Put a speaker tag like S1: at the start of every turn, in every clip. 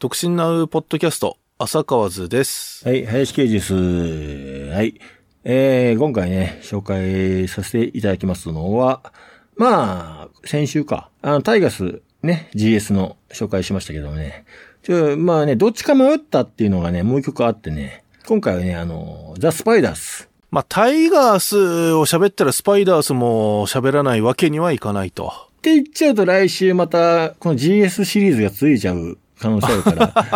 S1: 独身なうポッドキャスト、浅川図です。
S2: はい、林啓二です。はい。えー、今回ね、紹介させていただきますのは、まあ、先週か。あの、タイガース、ね、GS の紹介しましたけどもね。ちょ、まあね、どっちか迷ったっていうのがね、もう一曲あってね。今回はね、あの、ザ・スパイダース。
S1: まあ、タイガースを喋ったらスパイダースも喋らないわけにはいかないと。
S2: って言っちゃうと来週また、この GS シリーズが続いちゃう可能性あ るか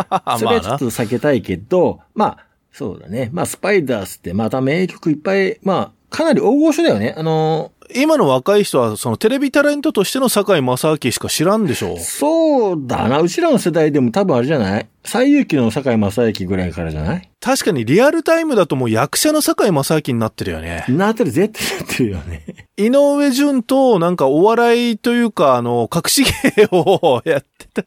S2: ら。
S1: あ
S2: それはちょっと避けたいけど、まあ、そうだね。まあ、スパイダースってまた名曲いっぱい、まあ、かなり大御所だよね。あの
S1: 今の若い人は、そのテレビタレントとしての坂井正明しか知らんでしょう
S2: ー、。そうだな。うちらの世代でも多分あれじゃない最有機の坂井正幸ぐらいからじゃない
S1: 確かにリアルタイムだともう役者の坂井正明になってるよね。
S2: なってる、絶対なってるよね。
S1: 井上淳となんかお笑いというか、あの、隠し芸をやってた。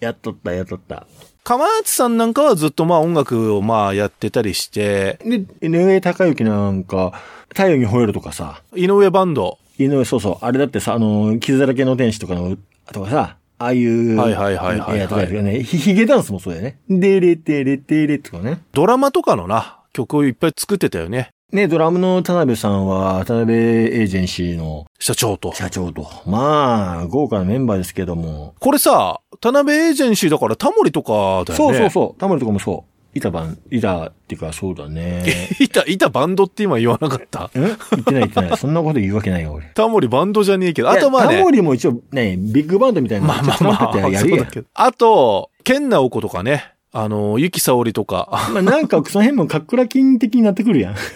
S2: やっとった、やっとった。
S1: 釜内さんなんかはずっとまあ音楽をまあやってたりして、
S2: で、井上隆之なんか、太陽に吠えるとかさ、
S1: 井上バンド。
S2: 井上、そうそう、あれだってさ、あの、傷だらけの天使とかの、とかさ、ああいう、
S1: はいはいはいはいはい
S2: やとかですよね。ひヒゲダンスもそうだよね。でれてれてれとかね。
S1: ドラマとかのな、曲をいっぱい作ってたよね。
S2: ね、ドラムの田辺さんは、田辺エージェンシーの
S1: 社長と。
S2: 社長と。まあ、豪華なメンバーですけども。
S1: これさ、田辺エージェンシーだからタモリとかだよね。
S2: そうそうそう。タモリとかもそう。板番、板っていうかそうだ ね。
S1: う。いた、いたバンドって今言わなかった。
S2: ん言ってない言ってない。そんなこと言うわけないよ、俺。
S1: タモリバンドじゃねえけど。あとまあ
S2: いやタ
S1: ね
S2: モ。リも一応ね、ビッグバンドみたいな。
S1: まあまあまあ、
S2: ちょっとなんかや
S1: そ
S2: る
S1: う
S2: や
S1: だ
S2: ん
S1: けど。あと、ケンナオコとかね。あの、ゆきさおりとか。
S2: まあなんか、その辺もカックラキン的になってくるやん。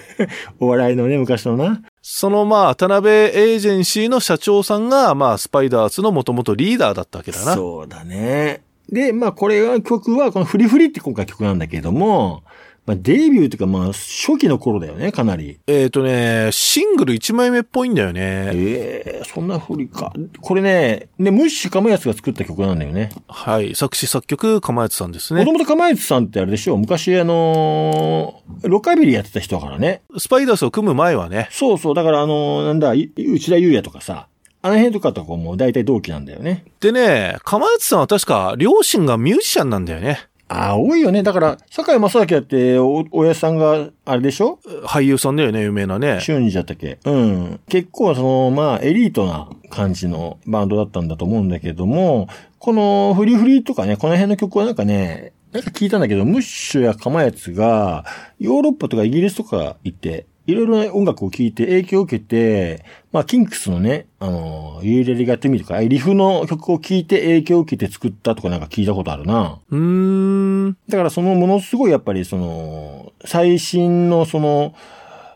S2: お笑いのね、昔のな。
S1: そのまあ、田辺エージェンシーの社長さんが、まあ、スパイダースのもともとリーダーだったわけだな。
S2: そうだね。で、まあこれは曲は、このフリフリって今回曲なんだけども、まあデビューというかまあ初期の頃だよね、かなり。
S1: えっ、とね、シングル1枚目っぽいんだよね。
S2: ええそんなふりか。これね、ね、ムッシュかまやつが作った曲なんだよね。
S1: はい。作詞作曲、釜谷さんです
S2: も
S1: ね
S2: と。もとかまやつさんってあれでしょ昔あのーロカビリーやってた人だからね。
S1: スパイダースを組む前はね、
S2: そうそう、だからあのーなんだ、い内田優也とかさ、あの辺とかとかも大体同期なんだよね。
S1: でね、釜内さんは確か、両親がミュージシャンなんだよね。
S2: ああ、多いよね。だから、坂井正明だって、お、おやさんが、あれでしょ
S1: 俳優さんだよね、有名なね。
S2: 瞬時だったっけうん。結構、その、まあ、エリートな感じのバンドだったんだと思うんだけども、この、フリフリとかね、この辺の曲はなんかね、なんか聞いたんだけど、ムッシュやカマヤツが、ヨーロッパとかイギリスとか行って、いろいろな音楽を聴いて影響を受けて、まあ、キンクスのね、あの、ユーレリガテミとか、ああいうリフの曲を聴いて影響を受けて作ったとかなんか聞いたことあるな。
S1: うーん。
S2: だからそのものすごいやっぱりその、最新のその、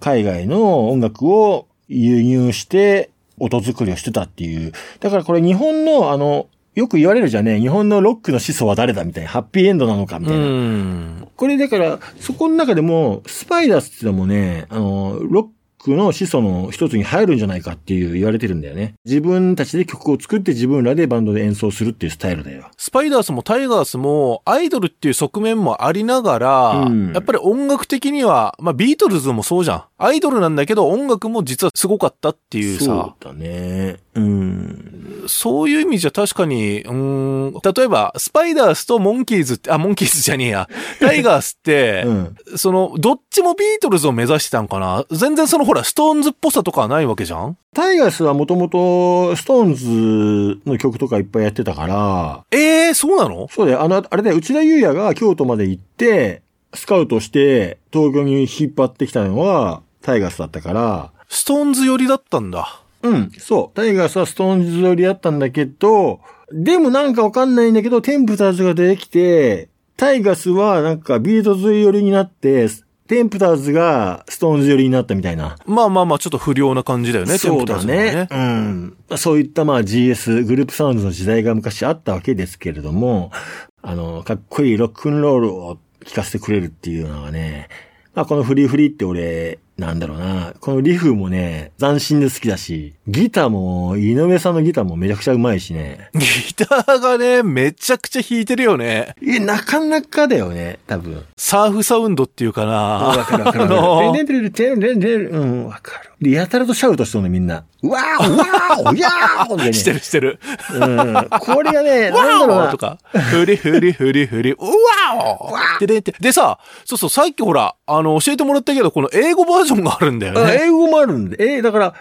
S2: 海外の音楽を輸入して、音作りをしてたっていう。だからこれ日本のあの、よく言われるじゃんね、日本のロックの始祖は誰だみたいな、ハッピーエンドなのかみ
S1: う
S2: たいな。
S1: ん。
S2: これだから、そこの中でも、スパイダースっていうのもね、あの、ロックの始祖の一つに入るんじゃないかっていう言われてるんだよね。自分たちで曲を作って自分らでバンドで演奏するっていうスタイルだよ。
S1: スパイダースもタイガースも、アイドルっていう側面もありながら、
S2: うん
S1: やっぱり音楽的には、まあ、ビートルズもそうじゃん。アイドルなんだけど、音楽も実はすごかったっていうさ、
S2: そうだね。うん。
S1: そういう意味じゃ確かに、うーん、例えば、スパイダースとモンキーズって、あ、モンキーズじゃねえや。タイガースって、
S2: うん。
S1: その、どっちもビートルズを目指してたんかな全然そのほら、ストーンズっぽさとかはないわけじゃん
S2: タイガースはもともと、ストーンズの曲とかいっぱいやってたから、
S1: ええそうなの
S2: そうだよ、あの、あれだよ、内田優也が京都まで行って、スカウトして、東京に引っ張ってきたのは、タイガースだったから、
S1: ストーンズ寄りだったんだ。
S2: うん、そう、タイガースはストーンズ寄りだったんだけど、でもなんかわかんないんだけど、テンプターズが出てきて、タイガースはなんかビートズ寄りになって、テンプターズがストーンズ寄りになったみたいな。
S1: まあまあまあ、ちょっと不良な感じだよね、
S2: そ
S1: テ
S2: う
S1: ンプター
S2: だ
S1: ズの
S2: ね。うん。そういったまあ GS、グループサウンドの時代が昔あったわけですけれども、あの、かっこいいロックンロールを聴かせてくれるっていうのがね、まあこのフリーフリーって俺、なんだろうな。このリフもね、斬新で好きだし、ギターも、井上さんのギターもめちゃくちゃうまいしね。
S1: ギターがね、めちゃくちゃ弾いてるよね。
S2: え、なかなかだよね、多分。
S1: サーフサウンドっていうかな。
S2: わかるわかるわかる。
S1: あの
S2: でででででででうん、わかる。でやたらとシャウトしてるね、みんな。わーおわーおやーおみたいなね
S1: してるしてる。
S2: うん。これがね、なんだろう
S1: わお
S2: な
S1: と。か、ふりふりふりふり、うわおででででさ、そうそう、さっきほら、あの、教えてもらったけど、この英語バージョンがあるんだよ
S2: あ
S1: ね。
S2: 英語もあるんで。えーだから、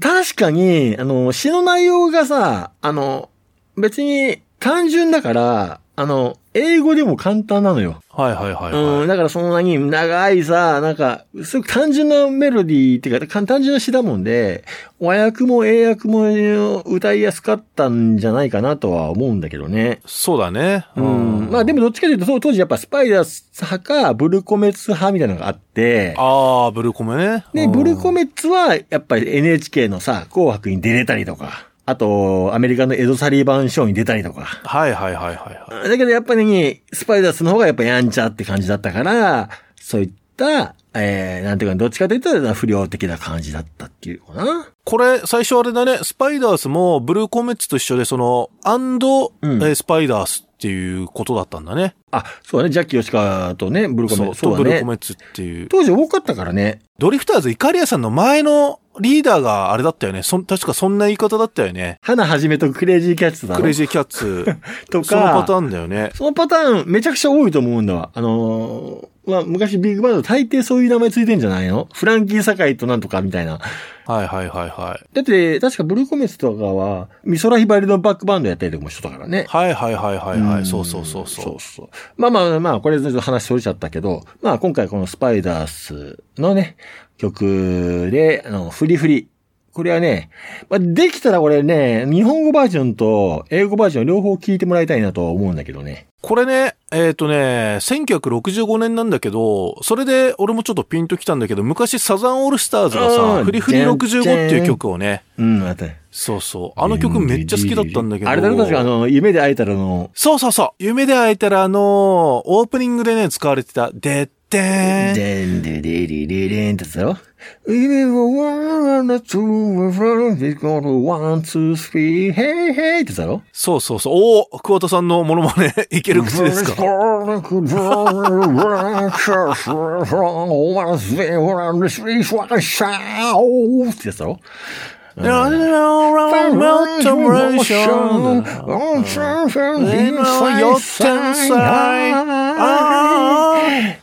S2: 確かに、あの、詩の内容がさ、あの、別に単純だから、あの、英語でも簡単なのよ。
S1: はいはいはい、
S2: う
S1: は
S2: ん、だからそんなに長いさ、なんか、すごく単純なメロディーっていうか、単純な詩だもんで、和訳も英訳も歌いやすかったんじゃないかなとは思うんだけどね。
S1: い。そうだね。
S2: うん。まあで
S1: も、
S2: もどっちかというと、そう当時やっぱスパイダース派か、ブルコメツ派みたいなのがあって、
S1: あー、ブルコメね。
S2: で、
S1: うん
S2: ブルコメッツは、やっぱり NHK のさ、紅白に出れたりとか、あと、アメリカのエドサリーバンショーに出たりとか。
S1: はいはいはいはいはい。
S2: だけどやっぱりね、スパイダースの方がやっぱやんちゃって感じだったから、そういった、えー、なんていうか、どっちかというと不良的な感じだったっていうのかな。
S1: これ、最初あれだね、スパイダースもブルーコメッツと一緒で、その、アンド、
S2: うん
S1: えースパイダースっていうことだったんだね。
S2: あ、そうだね、ジャッキー吉川とね、ブルコメ
S1: そ
S2: ッ
S1: う、
S2: ツ。
S1: と
S2: そう
S1: ブル
S2: だ
S1: ーコメ
S2: ね。
S1: ッツっていう。
S2: 当時多かったからね。
S1: ドリフターズ、イカリアさんの前のリーダーがあれだったよね。そん確かそんな言い方だったよね。
S2: 花はじめとクレイジーキャッツだ
S1: クレイ
S2: ろ
S1: ジーキャッツ。
S2: と
S1: そのパ
S2: か
S1: タ、ーンだよね。
S2: そのパターンめちゃくちゃ多いと思うんだわ。あのーまあ、昔ビッグバンド大抵そういう名前ついてんじゃないのフランキー堺となんとかみたいな。
S1: はいはいはいはい。
S2: だって、確かブルーコメスとかは、美空ひばりのバックバンドやったりとかもしとったからね。
S1: はいはいはいはいは
S2: ん
S1: い。そうそうそうそう。
S2: そうそう。まあまあまあ、これちょっと話それちゃったけど、まあ今回このスパイダースのね、曲で、あの、フリフリ。これはね、まあ、できたらこれね、日本語バージョンと英語バージョン両方聞いてもらいたいなとは思うんだけどね。
S1: これね、えっ、とね、1965年なんだけど、それで俺もちょっとピンときたんだけど、昔サザンオールスターズが
S2: う
S1: さ、
S2: ん
S1: フリフリ65っていう曲をね、
S2: うん、あったね
S1: そうそう。あの曲めっちゃ好きだったんだけど。
S2: あれだろ、確かあの、夢で会えたらの、
S1: そうそうそう。夢で会えたらあのー、オープニングでね、使われてた、でってーん。
S2: でんでりりりりんってやつだろ夢をワン、ツー、フラン、ワン、ツー、スリー、ヘイヘイってやつだろ
S1: そうそうそう。おお桑田さんのモノマネ、 いける口ですか
S2: ってやつだろ い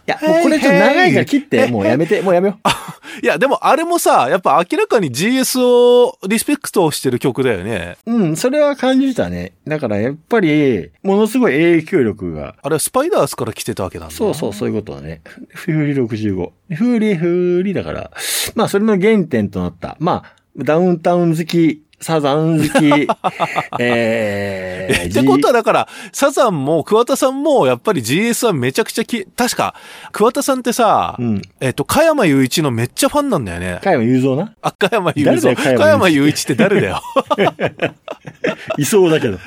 S2: や、もうこれちょっと長いから切って、もうやめて、もうやめよう。
S1: いや、でもあれもさ、やっぱ明らかに GS をリスペクトしてる曲だよね。
S2: うん、それは感じたね。だからやっぱり、ものすごい影響力が。
S1: あれはスパイダースから来てたわけなんだ。
S2: そうそう、そういうことだね。フーリ65。フーリフーリだから、まあそれの原点となった。まあ、ダウンタウン好き、サザン好 き、えー、
S1: ってことは
S2: G-
S1: だから、サザンも桑田さんもやっぱり GS はめちゃくちゃき、確か、桑田さんってさ、
S2: うん。
S1: えっと、加山雄一のめっちゃファンなんだよね。
S2: 加山雄三な
S1: あ、加山雄一。
S2: 誰だよ加山雄一
S1: 加山雄一って誰だよ。
S2: いそうだけど。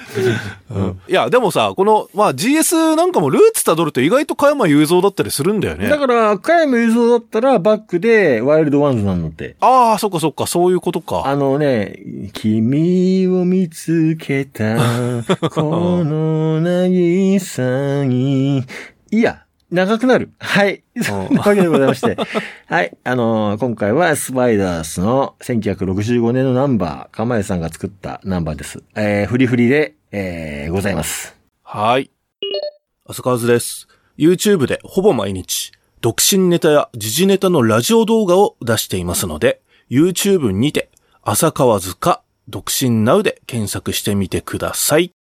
S1: いや、でもさ、この、まあ、GS なんかもルーツ辿ると意外と加山雄三だったりするんだよね。
S2: だから、加山雄三だったらバックでワイルドワンズなんだって。
S1: ああ、そっかそっか、そういうことか。
S2: あのね、君を見つけた、この渚に、いや、長くなる。はい。そんなわけでございまして。はい。あのー今回はスパイダースの1965年のナンバー、かまえさんが作ったナンバーです。えー、フリフリで、えー、ございます。
S1: はい。浅川津です。YouTube でほぼ毎日、独身ネタや時事ネタのラジオ動画を出していますので、YouTube にて、浅川津か、独身ナウで検索してみてください。